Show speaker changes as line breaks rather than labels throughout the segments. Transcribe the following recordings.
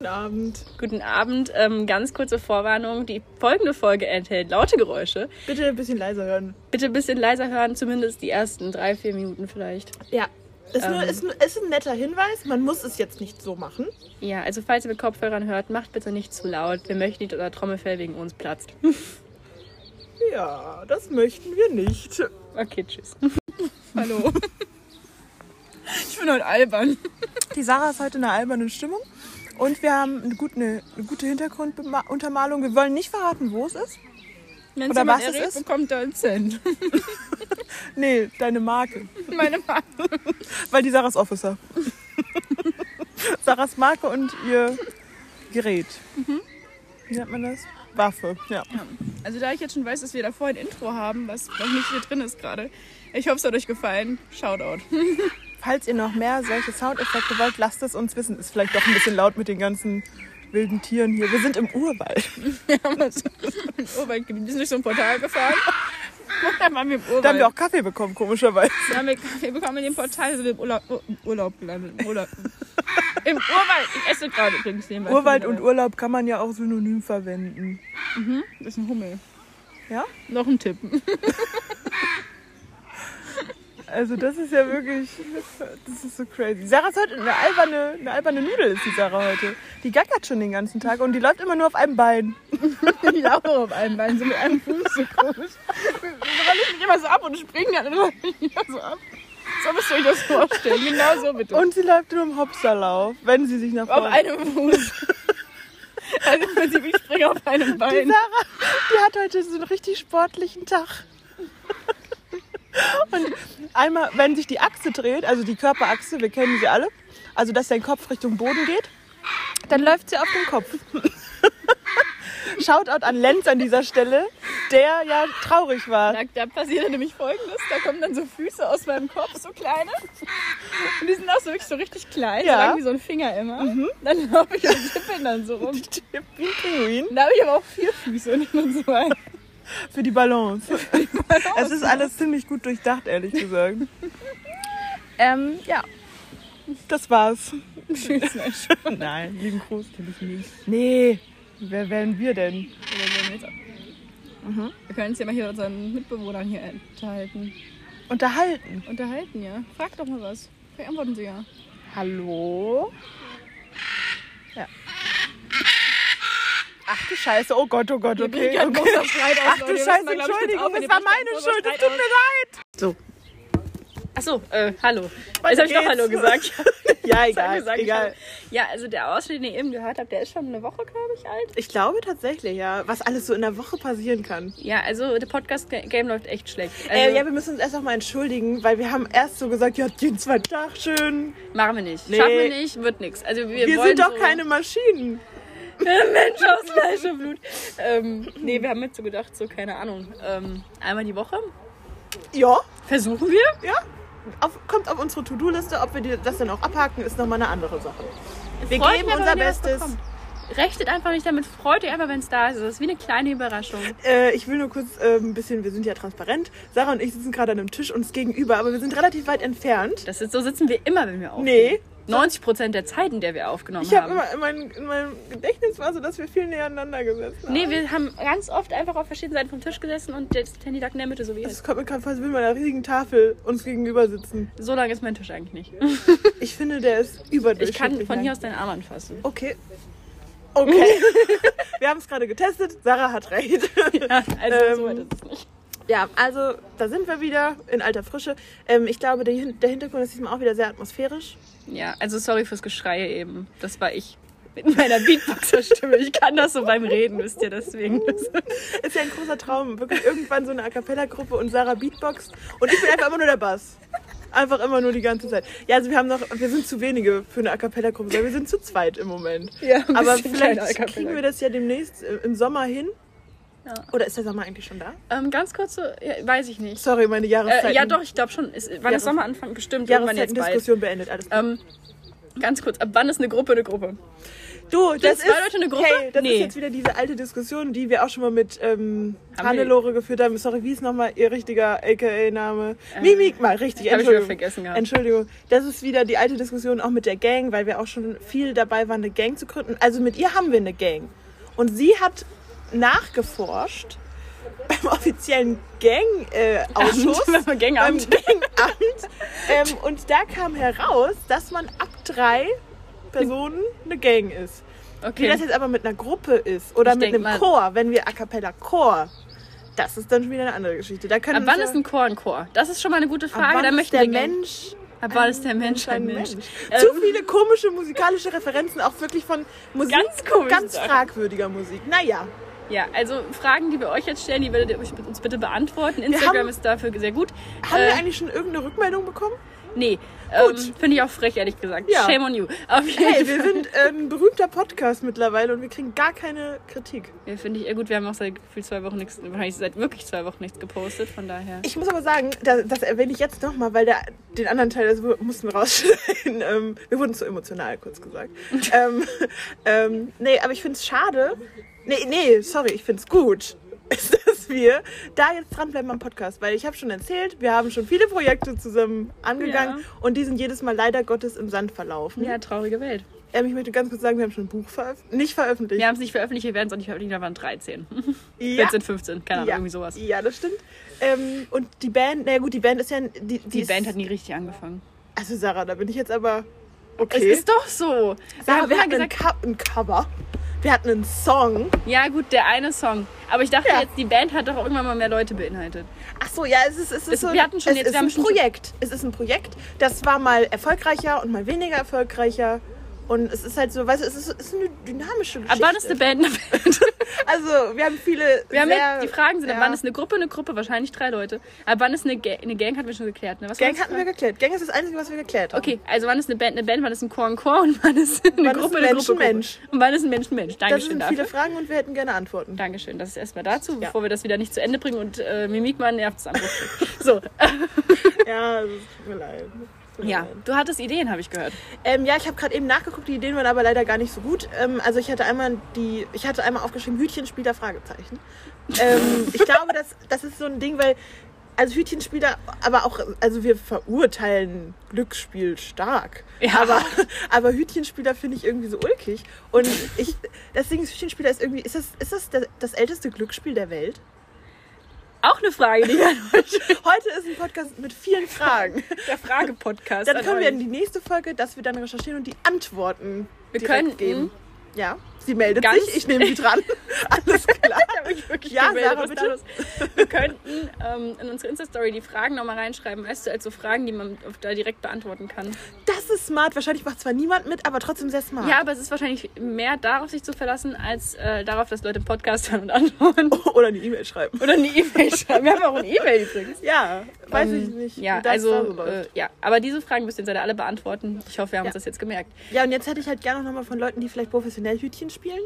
Guten Abend.
Guten Abend. Ähm, ganz kurze Vorwarnung. Die folgende Folge enthält laute Geräusche.
Bitte ein bisschen leiser hören.
Bitte ein bisschen leiser hören, zumindest die ersten drei, vier Minuten vielleicht.
Ja. Ist, nur,
Ähm.
ist, nur- ist ein netter Hinweis. Man muss es jetzt nicht so machen.
Ja, also falls ihr mit Kopfhörern hört, macht bitte nicht zu laut. Wir möchten nicht, dass euer Trommelfell wegen uns platzt.
Ja, das möchten wir nicht.
Okay, tschüss.
Hallo. Ich bin heute albern.
Die Sarah ist heute in einer albernen Stimmung. Und wir haben eine gute, eine, eine gute Hintergrunduntermalung. Wir wollen nicht verraten, wo es ist.
Wenn
Oder
jemand
was es ist?
bekommt er einen Cent.
Nee, deine Marke.
Meine Meinung.
Weil die Sarah ist Officer. Sarahs Marke und ihr Gerät. Mhm. Wie nennt man das? Waffe, ja.
Also da ich jetzt schon weiß, dass wir da vorhin ein Intro haben, was noch nicht hier drin ist gerade. Ich hoffe, es hat euch gefallen. Shoutout.
Falls ihr noch mehr solche Soundeffekte wollt, lasst es uns wissen. Ist vielleicht doch ein bisschen laut mit den ganzen wilden Tieren hier. Wir sind im Urwald.
Oh mein Gott, wir sind durch so ein Portal gefahren. Und dann waren wir im Urwald.
Da haben wir auch Kaffee bekommen, komischerweise.
Da haben wir Kaffee bekommen in dem Portal, sind wir im Urlaub, Ur- im Urlaub gelandet. Im Urlaub. Im Urwald. Ich esse gerade übrigens den
Urwald und Urlaub kann man ja auch synonym verwenden.
Das ist ein Hummel.
Ja?
Noch ein Tipp.
Also das ist ja wirklich, das ist so crazy. Sarah ist heute eine alberne, eine alberne Nudel ist die Sarah heute. Die gackert schon den ganzen Tag und die läuft immer nur auf einem Bein.
Die laufen auf einem Bein, so mit einem Fuß so komisch. So rolle ich mich immer so ab und springe dann immer so ab. So müsst ihr euch das vorstellen. Genau so bitte.
Und sie läuft nur im Hopserlauf, wenn sie sich nach
auf
vorne...
einem Fuß. Also im Prinzip, ich springe auf einem
Die
Bein.
Sarah, die hat heute so einen richtig sportlichen Tag. Und einmal, wenn sich die Achse dreht, also die Körperachse, wir kennen sie alle, also dass dein Kopf Richtung Boden geht, dann läuft sie auf den Kopf. Shoutout an Lenz an dieser Stelle, der ja traurig war.
Da, da passiert dann nämlich folgendes: Da kommen dann so Füße aus meinem Kopf, so kleine. Und die sind auch so wirklich so richtig klein,
Ja.
so lang wie so ein Finger immer.
Mhm.
Dann laufe ich und tippeln dann so rum.
Wie ein Pinguin
Und da habe ich aber auch vier Füße und nicht nur zwei.
für die Balance. Es ist alles ziemlich gut durchdacht, ehrlich gesagt.
Ähm, ja.
Das war's.
Tschüss, Mensch.
Nein, lieben Gruß, Nee, wer wären wir denn?
Oder so ein Meter. Mhm. Wir können uns ja mal hier unseren Mitbewohnern hier unterhalten.
Unterhalten.
Unterhalten, ja. Frag doch mal was. Vielleicht antworten sie ja.
Hallo? Ja. Ach du Scheiße, oh Gott, oh Gott, okay.
Ein
okay.
großer Streit aus,
Ach
Leute. Wir
du
müssen mal,
Scheiße,
glaub ich, jetzt
Entschuldigung,
aufhören.
es war
Hier bricht ein
meine
großer
Schuld, es
Streit
tut mir
aus.
leid.
Achso, äh, hallo.
Weiter
Jetzt habe ich doch
geht's.
Hallo gesagt.
Ja,
Ich hab
egal,
gesagt, ich
egal.
hab- Ja, also der Ausschnitt, den ihr eben gehört habt, der ist schon eine Woche, glaube ich, alt.
Ich glaube tatsächlich, ja, was alles so in der Woche passieren kann.
Ja, also der Podcast-Game läuft echt schlecht. Also,
äh, ja, wir müssen uns erst noch mal entschuldigen, weil wir haben erst so gesagt, ja, jeden zweiten Tag schön.
machen wir nicht.
Nee.
Schaffen wir nicht, wird nix. Also wir,
Wir,
wollen
sind doch
so
keine Maschinen.
Mensch aus Fleisch und Blut. Ähm, nee, wir haben jetzt so gedacht, so keine Ahnung. Ähm, einmal die Woche
Ja,
versuchen wir.
ja. Auf, kommt auf unsere To-Do-Liste, ob wir die, das dann auch abhaken, ist noch mal eine andere Sache. Wir
Freut
geben
mich aber,
unser
wenn ihr was
Bestes.
bekommt. Rechnet einfach nicht damit, freut euch einfach, wenn es da ist. Das ist wie eine kleine Überraschung.
Äh, ich will nur kurz äh, ein bisschen, wir sind ja transparent. Sarah und ich sitzen gerade an einem Tisch uns gegenüber, aber wir sind relativ weit entfernt.
Das ist, so sitzen wir immer, wenn wir aufnehmen.
Nee.
90 Prozent der Zeit, in der wir aufgenommen
Ich habe
haben.
immer in, mein, in meinem Gedächtnis war so, dass wir viel näher aneinander gesessen haben.
Nee, wir haben ganz oft einfach auf verschiedenen Seiten vom Tisch gesessen und das Handy lag in der Mitte, so wie
Es
jetzt.
kommt mir gerade vor, als würden wir an einer riesigen Tafel uns gegenüber sitzen.
So lang ist mein Tisch eigentlich nicht.
Ich finde, der ist
Ich
überdurchschnittlich.
kann von
lang.
hier aus deinen Arm anfassen.
Okay. Okay. wir haben es gerade getestet. Sarah hat recht.
Also
Ähm,
so weit ist es nicht.
Ja, also da sind wir wieder in alter Frische. Ähm, ich glaube, der, Hin- der Hintergrund ist diesmal auch wieder sehr atmosphärisch.
Ja, also sorry fürs Geschrei eben. Das war ich mit meiner Beatboxer-Stimme. Ich kann das so beim Reden, wisst ihr, deswegen.
Ist ja ein großer Traum. Wirklich irgendwann so eine A Cappella-Gruppe und Sarah beatboxt. Und ich bin einfach immer nur der Bass. Einfach immer nur die ganze Zeit. Ja, also wir haben noch, wir sind zu wenige für eine A Cappella-Gruppe, sondern wir sind zu zweit im Moment.
Ja, ein
Aber
bisschen kleine A
vielleicht
Cappella.
kriegen wir das ja demnächst äh, im Sommer hin.
Ja.
Oder ist der Sommer eigentlich schon da?
Ähm, ganz kurz, so, ja, weiß ich nicht.
Sorry, meine Jahreszeiten.
Äh, ja, doch, ich glaube schon. Ist, wann
Jahres-
ist Sommeranfang? halt Bestimmt irgendwann jetzt bald.
Jahreszeiten-Diskussion beendet. Alles.
Ähm, ganz kurz, ab wann ist eine Gruppe eine Gruppe?
Du, das,
zwei
ist,
Leute eine Gruppe?
Hey, das
Nee.
ist jetzt wieder diese alte Diskussion, die wir auch schon mal mit ähm,
Haben
Hannelore geführt haben. Sorry, wie ist nochmal ihr richtiger AKA-Name? Mimik mal, richtig,
Ähm, hab ich
Entschuldigung.
wieder vergessen gehabt.
Entschuldigung. Das ist wieder die alte Diskussion auch mit der Gang, weil wir auch schon viel dabei waren, eine Gang zu gründen. Also mit ihr haben wir eine Gang. Und sie hat nachgeforscht beim offiziellen äh, Gang-Ausschuss.
Abend, beim Gangabend.
Beim Gangamt. ähm, und da kam heraus, dass man ab drei Personen eine Gang ist. Wie
Okay.
das jetzt aber mit einer Gruppe ist oder
Ich
mit
denk
einem
mal-
Chor, wenn wir A Cappella Chor, das ist dann schon wieder eine andere Geschichte. Da können
Ab wann
uns
ist ein Chor ein Chor? Das ist schon mal eine gute
ja- ab
Frage.
wann
Da
ist
möchten
der
wir gerne-
Mensch
Ab wann ist der Mensch ein
ein
Mensch?
Mensch?
Ähm,
Zu viele komische musikalische Referenzen, auch wirklich von Musik,
Ganz komisch
ganz
Sachen.
fragwürdiger Musik. Naja,
Ja, also Fragen, die wir euch jetzt stellen, die werdet ihr euch- uns bitte beantworten.
haben-
Instagram ist dafür sehr gut.
haben
Äh,
wir eigentlich schon irgendeine Rückmeldung bekommen?
Nee.
Gut.
Ähm, Finde ich auch frech, ehrlich gesagt.
Ja.
Shame on you. Auf jeden
Hey,
Fall.
wir sind äh, ein berühmter Podcast mittlerweile und wir kriegen gar keine Kritik.
Ja, Finde ich eher gut. Wir haben auch seit gefühlt zwei Wochen nichts, wahrscheinlich seit wirklich zwei Wochen nichts gepostet. Von daher.
Ich muss aber sagen, das, das erwähne ich jetzt nochmal, weil der, den anderen Teil das wir mussten wir rausschneiden. Ähm, wir wurden zu emotional, kurz gesagt. ähm, ähm, nee, aber ich finde es schade. Nee, nee, sorry, ich finde es gut, dass wir da jetzt dranbleiben am Podcast. Weil ich habe schon erzählt, wir haben schon viele Projekte zusammen angegangen
Ja.
und die sind jedes Mal leider Gottes im Sand verlaufen.
Ja, traurige Welt.
Ähm, ich möchte ganz kurz sagen, wir haben schon ein Buch veröf nicht veröffentlicht.
Wir haben es nicht veröffentlicht, wir werden es auch nicht veröffentlicht, da waren 13.
Ja.
14, 15, keine Ahnung, irgendwie sowas. Die,
Ja, das stimmt. Ähm, und die Band, naja gut, die Band ist ja... Die, die, ist,
Band hat nie richtig angefangen.
Also Sarah, da bin ich jetzt aber
Es
okay.
ist doch so.
Sarah, wir
immer
hatten ein, Co ein Cover, wir hatten einen Song.
ja gut, der eine Song. Aber ich dachte
Ja.
jetzt, die Band hat doch auch irgendwann mal mehr Leute beinhaltet.
Ach so, ja, es ist, es ist
Es-
so,
wir hatten schon
es
jetzt-
ist
wir haben
ein
schon-
Projekt. Es ist ein Projekt, das war mal erfolgreicher und mal weniger erfolgreicher. Und es ist halt so, weißt du, es ist, es ist eine dynamische Geschichte.
Ab wann ist eine Band eine Band?
Also, wir haben viele
Wir haben
sehr,
jetzt, die Fragen sind,
ja.
ab wann ist eine Gruppe eine Gruppe? Wahrscheinlich drei Leute. Ab wann ist eine, Ga eine Gang, hatten wir schon geklärt. Ne? Was war
Gang
das?
hatten wir geklärt. Gang ist das Einzige, was wir geklärt haben.
Okay, also wann ist eine Band eine Band, wann ist ein Chor ein Chor und wann ist eine
Wann ist
Gruppe
ein
eine
Mensch
Gruppe,
ein Mensch?
Gruppe? Und wann ist ein Mensch ein Mensch?
Das
Dankeschön
sind
dafür.
viele Fragen und wir hätten gerne Antworten.
Dankeschön, das ist erstmal dazu,
Ja.
bevor wir das wieder nicht zu Ende bringen und äh, Mimikmann nervt es andere. So,
Ja, es tut mir leid. Es tut mir
ja,
leid.
du hattest Ideen, habe ich gehört.
Ähm, ja, ich habe gerade eben nachgeguckt, die Ideen waren aber leider gar nicht so gut. Ähm, also ich hatte einmal die, ich hatte einmal aufgeschrieben Hütchenspieler Fragezeichen. Ähm, ich glaube, das, das ist so ein Ding, weil also Hütchenspieler, aber auch, also wir verurteilen Glücksspiel stark.
Ja.
Aber, aber Hütchenspieler finde ich irgendwie so ulkig. Und ich, das Ding ist, Hütchenspieler ist irgendwie, ist das, ist das, das das älteste Glücksspiel der Welt?
Auch eine Frage, die wir an euch.
Heute ist ein Podcast mit vielen Fragen.
Der Frage-Podcast.
Dann
an
kommen wir
euch.
in die nächste Folge, dass wir dann recherchieren und die Antworten
Wir
direkt
könnten-
geben. Ja, sie meldet
Ganz-
sich, ich nehme sie dran. Alles klar.
wirklich
Ja,
gemeldet,
Sarah,
was
bitte.
da los- Wir könnten ähm, in unsere Insta-Story die Fragen nochmal reinschreiben, weißt du, als so Fragen, die man auf- da direkt beantworten kann.
Das ist smart. Wahrscheinlich macht zwar niemand mit, aber trotzdem sehr smart.
Ja, aber es ist wahrscheinlich mehr darauf, sich zu verlassen, als äh, darauf, dass Leute Podcast hören und antworten.
Oder eine E-Mail schreiben.
Oder eine E-Mail schreiben. Wir haben auch eine E-Mail übrigens.
Ja, weiß ich
Ähm,
nicht.
Ja,
wie das da so
also,
läuft.
äh, ja, aber diese Fragen müsst ihr uns leider alle beantworten. Ich hoffe, wir haben uns das jetzt gemerkt.
ja, und jetzt hätte ich halt gerne noch mal von Leuten, die vielleicht professionell Hütchen spielen.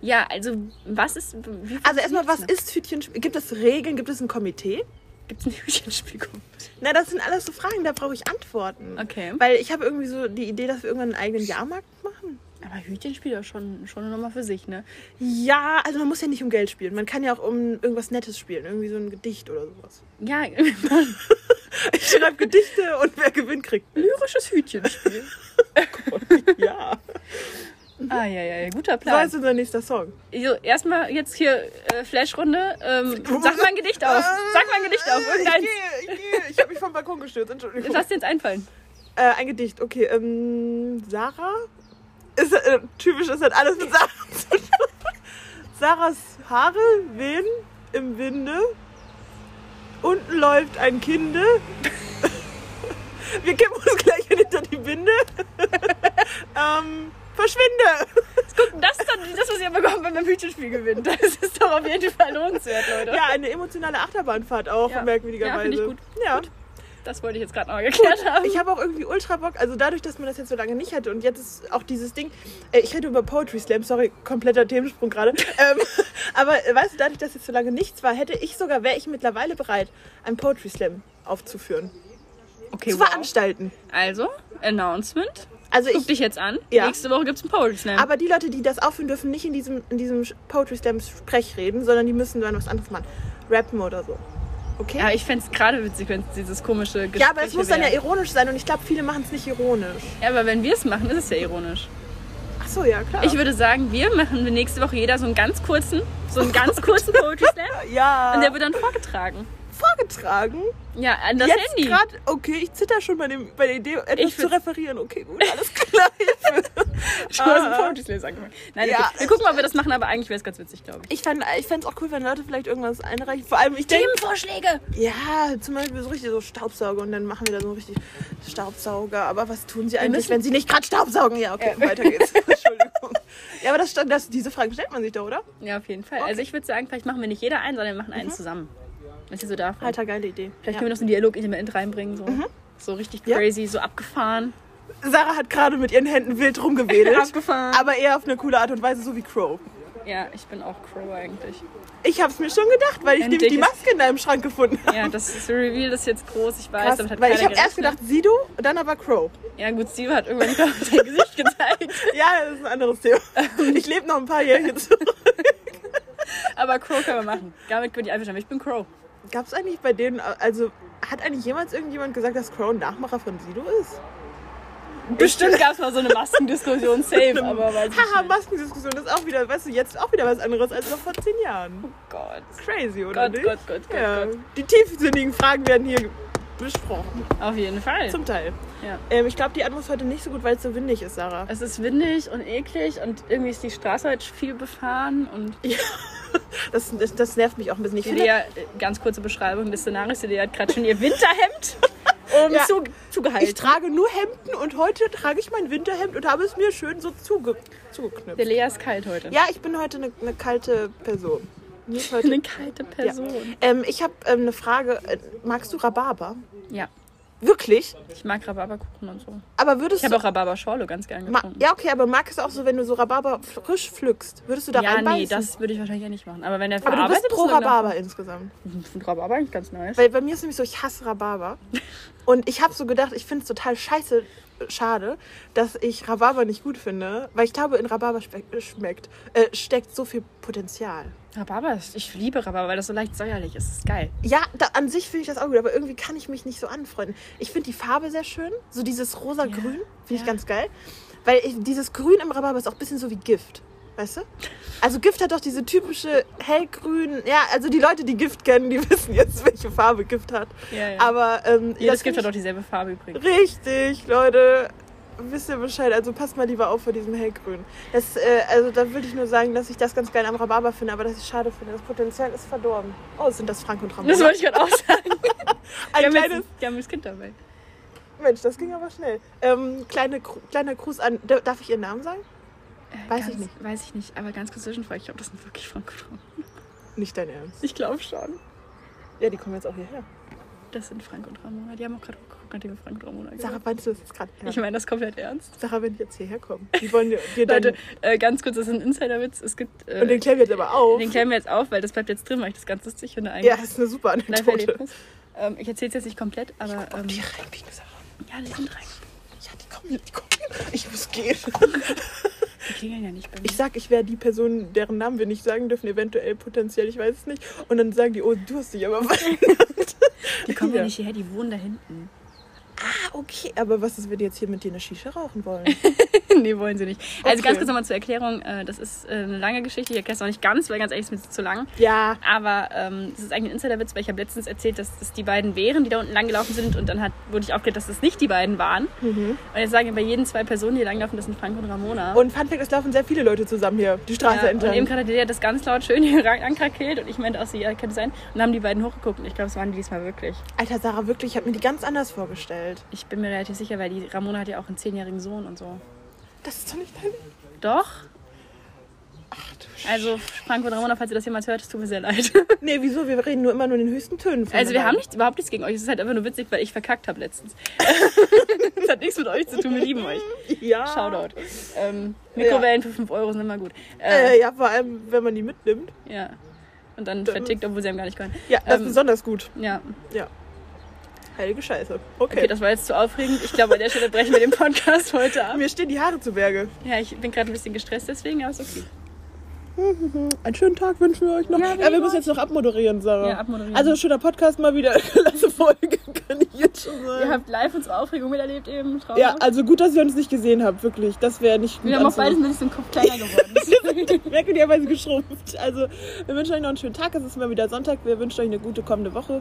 Ja, also, was ist. Wie
Also erstmal, was ist Hütchenspiel? Gibt es Regeln? Gibt es ein Komitee?
Gibt es eine Hütchenspielgruppe?
Na, das sind alles so Fragen, da brauche ich Antworten.
Okay.
Weil ich habe irgendwie so die Idee, dass wir irgendwann einen eigenen Jahrmarkt machen.
Aber Hütchenspiel ist doch schon, schon eine Nummer für sich, ne?
Ja, also man muss ja nicht um Geld spielen. Man kann ja auch um irgendwas Nettes spielen. Irgendwie so ein Gedicht oder sowas.
Ja,
Ich schreibe Gedichte und wer gewinnt, kriegt.
lyrisches Hütchenspiel.
Ja.
ah, ja, ja, ja, guter
So
Plan.
ist unser nächster Song.
Also, erstmal jetzt hier äh, Flash-Runde. Ähm, sag mal ein Gedicht auf. Sag mal ein Gedicht auf. Irgendeins.
Äh, Ah, Ich gehe, ich gehe. Ich habe mich vom Balkon gestürzt. Entschuldigung.
Was lass dir jetzt einfallen.
Äh, ein Gedicht. Okay, ähm, Sarah? Ist, äh, typisch ist halt alles mit Sarah zu tun. Sarahs Haare wehen im Winde. Unten läuft ein Kinde. Wir kippen uns gleich hinter die Binde. ähm, verschwinde!
Das ist dann das, was ihr bekommt, wenn man Hütchenspiel gewinnt. Das ist doch auf jeden Fall lohnenswert, Leute.
Ja, eine emotionale Achterbahnfahrt auch,
Ja.
merkwürdigerweise.
Ja, finde ich gut.
Ja.
Das wollte ich jetzt gerade nochmal geklärt haben.
Ich habe auch irgendwie ultra Bock, also dadurch, dass man das jetzt so lange nicht hatte und jetzt ist auch dieses Ding, äh, ich rede über Poetry Slam, sorry, kompletter Themensprung gerade, ähm, aber äh, weißt du, dadurch, dass jetzt so lange nichts war, hätte ich sogar, wäre ich mittlerweile bereit, einen Poetry Slam aufzuführen,
Okay,
zu
wow.
veranstalten.
Also, Announcement.
Also
Guck
ich,
dich jetzt an.
Ja.
Nächste Woche gibt's einen Poetry Slam.
aber die Leute, die das aufführen, dürfen nicht in diesem, in diesem Poetry Slam Sprech reden, sondern die müssen dann was anderes machen. Rappen oder so. Okay?
ja, ich fänd's gerade witzig, wenn's dieses komische Gespräch
Ja, aber es muss dann ja ironisch sein und ich glaube, viele machen es nicht ironisch.
Ja, aber wenn wir es machen, ist es ja ironisch.
Ach so, ja, klar.
Ich würde sagen, wir machen nächste Woche jeder so einen ganz kurzen, so einen ganz kurzen Poetry Slam.
ja.
Und der wird dann vorgetragen.
vorgetragen.
Ja, an das
Jetzt
Handy.
gerade, okay, ich zitter schon bei, dem, bei der Idee, etwas
Ich
zu
find's-
referieren. Okay, gut, alles klar.
Du hast einen Poetry Slam angefangen. Nein, okay.
Ja.
wir gucken, ob wir das machen, aber eigentlich wäre es ganz witzig, glaube ich.
ich fände es auch cool, wenn Leute vielleicht irgendwas einreichen. Vor allem, ich denke,
Themenvorschläge!
ja, zum Beispiel so richtig so Staubsauger und dann machen wir da so richtig Staubsauger. Aber was tun sie eigentlich,
müssen-
wenn sie nicht gerade Staubsaugen? Ja, okay, weiter geht's. Entschuldigung. Ja, aber das, das, diese Frage stellt man sich doch, oder?
Ja, auf jeden Fall.
Okay.
Also ich würde sagen, vielleicht machen wir nicht jeder einen, sondern wir machen einen zusammen. Was ihr so davon.
Alter, geile Idee. Halt.
Vielleicht
Ja. Mhm.
können wir noch so ein Dialog-Element reinbringen. So. so richtig
Ja.
crazy, so abgefahren.
Sarah hat gerade mit ihren Händen wild rumgewedelt.
Abgefahren.
aber eher auf eine coole Art und Weise, so wie Crow.
Ja, ich bin auch Crow eigentlich.
Ich hab's mir schon gedacht, weil ich
Endlich
nämlich die
ist-
Maske in deinem Schrank gefunden habe.
Ja, das ist, Reveal ist jetzt groß, ich weiß,
Krass,
damit hat
weil
keiner
ich habe erst
gerechnet.
gedacht Sido, dann aber Crow.
Ja gut, Steve hat irgendwann glaub ich, sein Gesicht gezeigt.
Ja, das ist ein anderes Thema. Ich lebe noch ein paar Jahre zurück.
Aber Crow können wir machen. Damit bin ich einverstanden. Ich bin Crow.
Gab's eigentlich bei denen, also hat eigentlich jemals irgendjemand gesagt, dass Crow ein Nachmacher von Sido ist?
Bestimmt gab es mal so eine Maskendiskussion safe, aber weiß ich
Haha,
nicht.
Maskendiskussion, das ist auch wieder, weißt du, jetzt auch wieder was anderes als noch vor zehn Jahren.
Gott.
Crazy, oder
Gott,
nicht?
Gott, Gott, Gott,
ja.
Gott.
Die tiefsinnigen Fragen werden hier besprochen,
Auf jeden Fall.
zum Teil.
Ja.
Ähm, ich glaube, die Atmos heute nicht so gut, weil es so windig ist, Sarah.
Es ist windig und eklig und irgendwie ist die Straße heute viel befahren und
Das, das, das nervt mich auch ein bisschen. Ich
die
finde,
Lea, äh, ganz kurze Beschreibung des Szenarios, die Lea hat gerade schon ihr Winterhemd oben
Ja.
zu,
Ich
zugehalten.
trage nur Hemden und heute trage ich mein Winterhemd und habe es mir schön so zuge zugeknüpft.
Der Lea ist kalt heute.
Ja, ich bin heute eine, eine kalte Person. Mir ist heute
Eine kalte Person.
ähm, ich habe ähm, eine Frage. Äh, Magst du Rhabarber?
Ja.
Wirklich?
Ich mag Rhabarberkuchen und so.
Aber würdest
Ich habe
du.
auch Rhabarberschorle ganz gern
Ma
getrunken.
ja, okay, aber mag es auch so, wenn du so Rhabarber frisch pflückst? Würdest du da
Ja,
reinbeißen?
nee, das würde ich wahrscheinlich ja nicht machen. Aber wenn der
aber du bist
verarbeitet
pro
ist, dann-
Rhabarber insgesamt.
Ich finde Rhabarber eigentlich ganz nice.
Weil bei mir ist nämlich so, ich hasse Rhabarber. Und ich habe so gedacht, ich finde es total scheiße, äh, schade, dass ich Rhabarber nicht gut finde. Weil ich glaube, in Rhabarber schmeck, schmeckt, äh, steckt so viel Potenzial.
Rhabarber, ist, ich liebe Rhabarber, weil das so leicht säuerlich ist. Das ist geil.
Ja, da, an sich finde ich das auch gut, aber irgendwie kann ich mich nicht so anfreunden. Ich finde die Farbe sehr schön, so dieses rosa-grün, finde ich
ja.
ganz geil. Weil ich, dieses Grün im Rhabarber ist auch ein bisschen so wie Gift, weißt du? Also Gift hat doch diese typische hellgrün, ja, also die Leute, die Gift kennen, die wissen jetzt, welche Farbe Gift hat.
Ja, ja.
Aber ähm, ja,
Jedes
das
Gift
find
hat auch dieselbe Farbe übrigens.
ich- Richtig, Leute. Wisst ihr Bescheid, also passt mal lieber auf vor diesem hellgrün. Das, äh, also da würde ich nur sagen, dass ich das ganz geil am Rhabarber finde, aber dass ich es schade finde. Das Potenzial ist verdorben. Oh, sind das Frank und Ramon?
Das wollte ich gerade auch sagen.
Ein
Wir haben,
kleines,
jetzt, wir haben das Kind dabei.
Mensch, das ging aber schnell. Ähm, kleine, Gru- kleiner Gruß an. da- Darf ich Ihren Namen sagen? Weiß
ganz,
ich nicht.
Weiß ich Äh, nicht, aber ganz kurz Zwischenfrage. Ich glaube, das sind wirklich Frank und Ramon.
Nicht dein Ernst.
Ich glaube schon.
Ja, die kommen jetzt auch hierher.
Das sind Frank und Ramona. Die haben auch gerade geguckt, nachdem wir Frank und Ramona gesagt
Sarah,
haben.
meinst du das jetzt gerade
Ich
ernst?
meine das komplett ernst.
Sarah, wenn die jetzt hierher kommen, die wollen dir, dir dann.
Leute, äh, ganz kurz, das ist ein Insiderwitz. Es gibt. Äh,
und den klären wir jetzt aber auf.
den klären wir jetzt auf, weil das bleibt jetzt drin, weil ich das ganz lustig finde eigentlich.
ja, das ist eine super
Live
Anekdote.
Erlebnis. Ähm, ich erzähle es jetzt nicht komplett, aber.
Ob
Ähm,
die reinbiegen, Sarah.
ja, die sind rein.
Ja, die kommen, die kommen. Ich muss gehen.
Die klingeln ja nicht bei mir.
Ich sag, ich wäre die Person, deren Namen wir nicht sagen dürfen, eventuell, potenziell, ich weiß es nicht. Und dann sagen die, oh, du hast dich aber Ah, verändert.
die kommen
ja.
ja nicht hierher, die wohnen da hinten.
Ah, okay. Aber was ist, wenn die jetzt hier mit dir eine Shisha rauchen wollen?
nee, wollen sie nicht. Also
Okay.
ganz kurz nochmal zur Erklärung. Äh, das ist äh, eine lange Geschichte. Ich erkläre es noch nicht ganz, weil ganz ehrlich ist mir das zu lang.
ja.
Aber ähm, das ist eigentlich ein Insiderwitz, weil ich habe letztens erzählt, dass das die beiden wären, die da unten langgelaufen sind. Und dann hat, wurde ich aufgeklärt, dass das nicht die beiden waren. Und jetzt sagen wir bei jeden zwei Personen, die langlaufen, das sind Frank und Ramona.
Mhm. Und Fun Fact, es laufen sehr viele Leute zusammen hier, die Straße
ja, und
entlang.
eben gerade der hat das ganz laut schön hier ran- ankrakelt und ich meinte auch so, ja, könnte sein. Und dann haben die beiden hochgeguckt und ich glaube, es waren die diesmal wirklich.
Alter, Sarah, wirklich, ich habe mir die ganz anders vorgestellt.
Ich bin mir relativ sicher, weil die Ramona hat ja auch einen zehnjährigen Sohn und so.
Das ist doch nicht dein...
Doch. Also, Frank und Ramona, falls ihr das jemals hört, es tut mir sehr leid.
Nee, wieso? Wir reden nur immer nur in den höchsten Tönen. von
Also, wir
dabei.
haben nicht, überhaupt nichts gegen euch. Es ist halt einfach nur witzig, weil ich verkackt habe letztens. das hat nichts mit euch zu tun. Wir lieben euch.
Ja.
Shoutout. Ähm, Mikrowellen für 5 Euro sind immer gut. Äh,
Äh, ja, vor allem, wenn man die mitnimmt.
ja. Und dann vertickt, obwohl sie haben gar nicht können.
Ja, das
Ähm,
ist besonders gut.
Ja.
Ja. Heilige Scheiße.
Okay,
Okay.
das war jetzt zu aufregend. Ich glaube, an der Stelle brechen wir den Podcast heute ab.
Mir stehen die Haare zu Berge.
Ja, ich bin gerade ein bisschen gestresst deswegen, aber ist okay.
Einen schönen Tag wünschen wir euch noch.
Ja,
Ja,
wie
wir
immer.
müssen jetzt noch abmoderieren, Sarah.
Ja, abmoderieren.
Also schöner Podcast mal wieder. Klasse Folge, kann ich jetzt schon
Ihr
sagen.
habt live unsere Aufregung miterlebt eben. Traurig.
Ja, also gut, dass ihr uns nicht gesehen habt, wirklich. Das wäre nicht gut.
wir haben auch beides
anzuhören.
ein bisschen Kopf kleiner geworden.
merkwürdigerweise geschrumpft. Also wir wünschen euch noch einen schönen Tag. Es ist mal wieder Sonntag. Wir wünschen euch eine gute kommende Woche.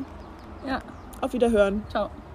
ja,
Auf Wiederhören.
ciao.